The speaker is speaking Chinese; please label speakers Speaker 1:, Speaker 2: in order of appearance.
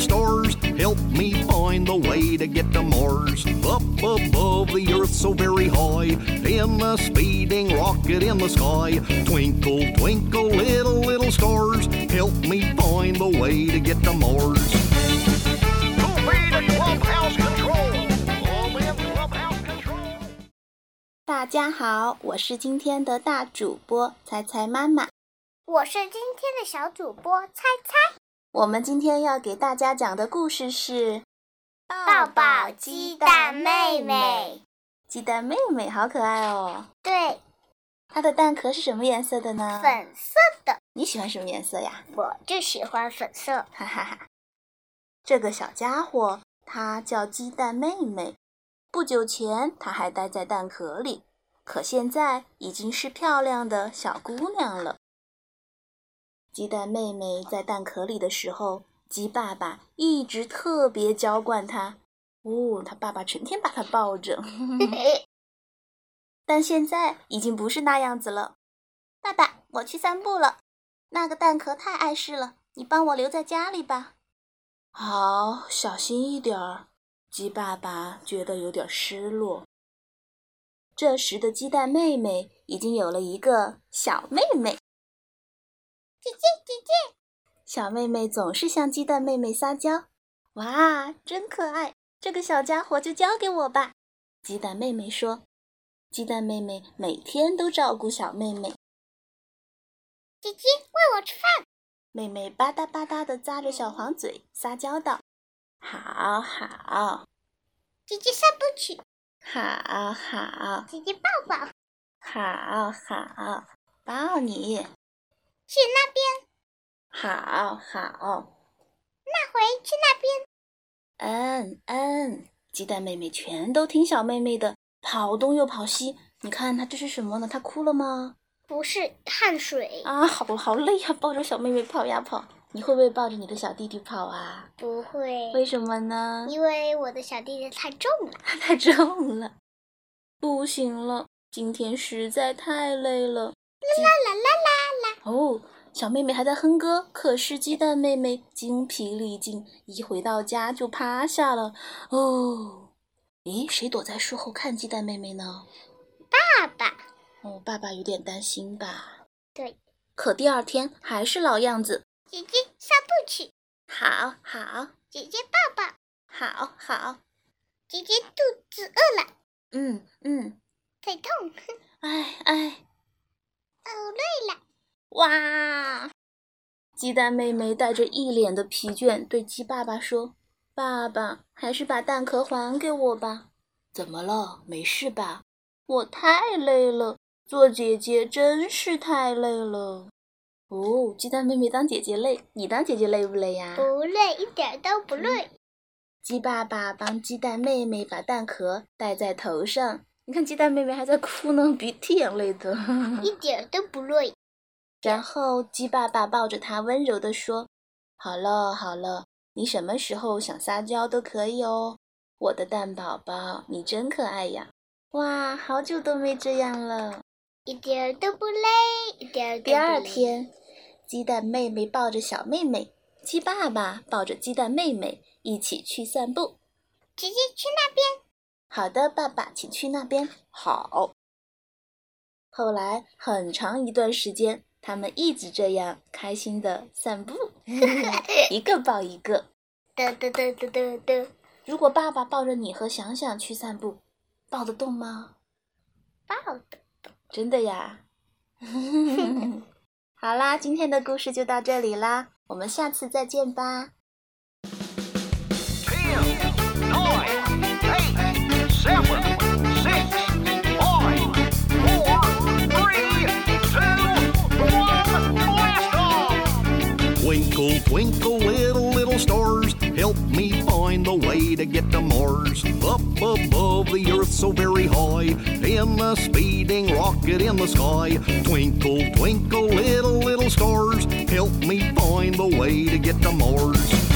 Speaker 1: stars. Help me find the way to get to Mars. Up above the earth so very high, in a speeding rocket in the sky. Twinkle, twinkle, little, little stars. Help me find the way to get to Mars. Go to Clubhouse Control. All in Clubhouse Control.
Speaker 2: 大家好，我是今天的大主播彩彩妈妈。
Speaker 3: 我是今天的小主播猜猜，
Speaker 2: 我们今天要给大家讲的故事是《
Speaker 3: 抱抱鸡蛋妹妹。
Speaker 2: 鸡蛋妹妹好可爱哦！
Speaker 3: 对，
Speaker 2: 它的蛋壳是什么颜色的呢？。
Speaker 3: 粉色的，
Speaker 2: 你喜欢什么颜色呀？
Speaker 3: 我就喜欢粉色。
Speaker 2: 哈哈哈！这个小家伙，它叫鸡蛋妹妹。不久前，它还待在蛋壳里，可现在已经是漂亮的小姑娘了。鸡蛋妹妹在蛋壳里的时候，鸡爸爸一直特别娇惯她。哦，他爸爸成天把她抱着，
Speaker 3: 嗯
Speaker 2: 但现在已经不是那样子了。爸爸，我去散步了。那个蛋壳太碍事了，你帮我留在家里吧。好，小心一点儿。鸡爸爸觉得有点失落。这时的鸡蛋妹妹已经有了一个小妹妹，
Speaker 3: 姐姐姐姐，
Speaker 2: 小妹妹总是向鸡蛋妹妹撒娇。哇，真可爱！这个小家伙就交给我吧。鸡蛋妹妹说。鸡蛋妹妹每天都照顾小妹妹，
Speaker 3: 姐姐喂我吃饭。
Speaker 2: 妹妹吧嗒吧嗒地咂着小黄嘴，撒娇道：“好好
Speaker 3: 姐姐散步去，
Speaker 2: 好好
Speaker 3: 姐姐抱抱，
Speaker 2: 好好，抱你，
Speaker 3: 去那边，
Speaker 2: 好好，
Speaker 3: 那回去那边。
Speaker 2: 嗯嗯。”鸡蛋妹妹全都听小妹妹的，跑东又跑西。你看她这是什么呢？她哭了吗？
Speaker 3: 不是汗水，
Speaker 2: 啊，好好累呀、抱着小妹妹跑呀跑。你会不会抱着你的小弟弟跑啊？
Speaker 3: 不会，
Speaker 2: 为什么呢？
Speaker 3: 因为我的小弟弟太重了。
Speaker 2: 太重了，不行了，今天实在太累了。
Speaker 3: 啦啦啦啦，
Speaker 2: 哦，小妹妹还在哼歌，可是鸡蛋妹妹精疲力尽，一回到家就趴下了。哦，咦，谁躲在树后看鸡蛋妹妹呢？
Speaker 3: 爸爸，
Speaker 2: 哦，爸爸有点担心吧。
Speaker 3: 对，
Speaker 2: 可第二天还是老样子，
Speaker 3: 姐姐散步去，
Speaker 2: 好好
Speaker 3: 姐姐抱抱，
Speaker 2: 好好，
Speaker 3: 姐姐肚子饿了，
Speaker 2: 嗯嗯，
Speaker 3: 腿痛，
Speaker 2: 哎哎。
Speaker 3: 哦累了，
Speaker 2: 哇！鸡蛋妹妹带着一脸的疲倦对鸡爸爸说：“爸爸，还是把蛋壳还给我吧。”“怎么了？没事吧？”“我太累了，做姐姐真是太累了。”“哦，鸡蛋妹妹当姐姐累，你当姐姐累不累呀、
Speaker 3: 不累，一点都不累。
Speaker 2: 鸡爸爸帮鸡蛋妹妹把蛋壳戴在头上，你看鸡蛋妹妹还在哭呢，鼻涕眼泪的。
Speaker 3: 一点都不累。
Speaker 2: 然后鸡爸爸抱着它，温柔地说：“好了好了，你什么时候想撒娇都可以哦，我的蛋宝宝，你真可爱呀！哇，好久都没这样了。
Speaker 3: 一点儿都不累，一点儿都不
Speaker 2: 第
Speaker 3: 累
Speaker 2: 二，天，鸡蛋妹妹抱着小妹妹，鸡爸爸抱着鸡蛋妹妹一起去散步。
Speaker 3: 姐姐去那边，
Speaker 2: 好的，爸爸，请去那边。好。后来很长一段时间，他们一直这样开心的散步， 一个抱一个。
Speaker 3: 得得得得得得，
Speaker 2: 如果爸爸抱着你和想想去散步，抱得动吗？
Speaker 3: 抱的。
Speaker 2: 真的呀。 好啦，今天的故事就到这里啦，我们下次再见吧。
Speaker 1: 10, 9, 8, 7, 6, 5, 4, 3, 2, 1, blast off! Twinkle, twinkle, little, little stars, help me find the way to get to Mars. Up above the earth so very high, in a speeding rocket in the sky. Twinkle, twinkle, little, little stars, help me find the way to get to Mars.